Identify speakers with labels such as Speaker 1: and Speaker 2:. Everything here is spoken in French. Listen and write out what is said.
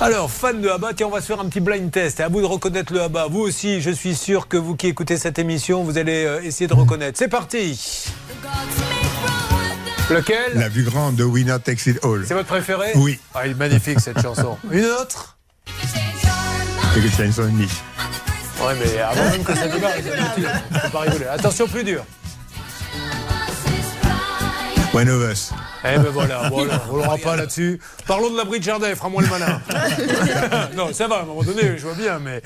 Speaker 1: Alors, fan de Abba, tiens, on va se faire un petit blind test. Et à vous de reconnaître le Abba. Vous aussi, je suis sûr que vous qui écoutez cette émission, vous allez euh, essayer de reconnaître. C'est parti Lequel
Speaker 2: La vue grande de Winner Takes It All.
Speaker 1: C'est votre préféré
Speaker 2: Oui.
Speaker 1: Ah, il est magnifique cette chanson. Une autre
Speaker 2: C'est que Chainsaw and Me.
Speaker 1: Ouais, mais avant même que ça démarre, ils ont dit, on peut pas rigoler. Attention, plus dur.
Speaker 2: One of Us.
Speaker 1: Eh ben voilà, voilà on l'aura pas là-dessus. Parlons de l'abri de Jardin, fera-moi le malin. non, ça va, à un moment donné, je vois bien, mais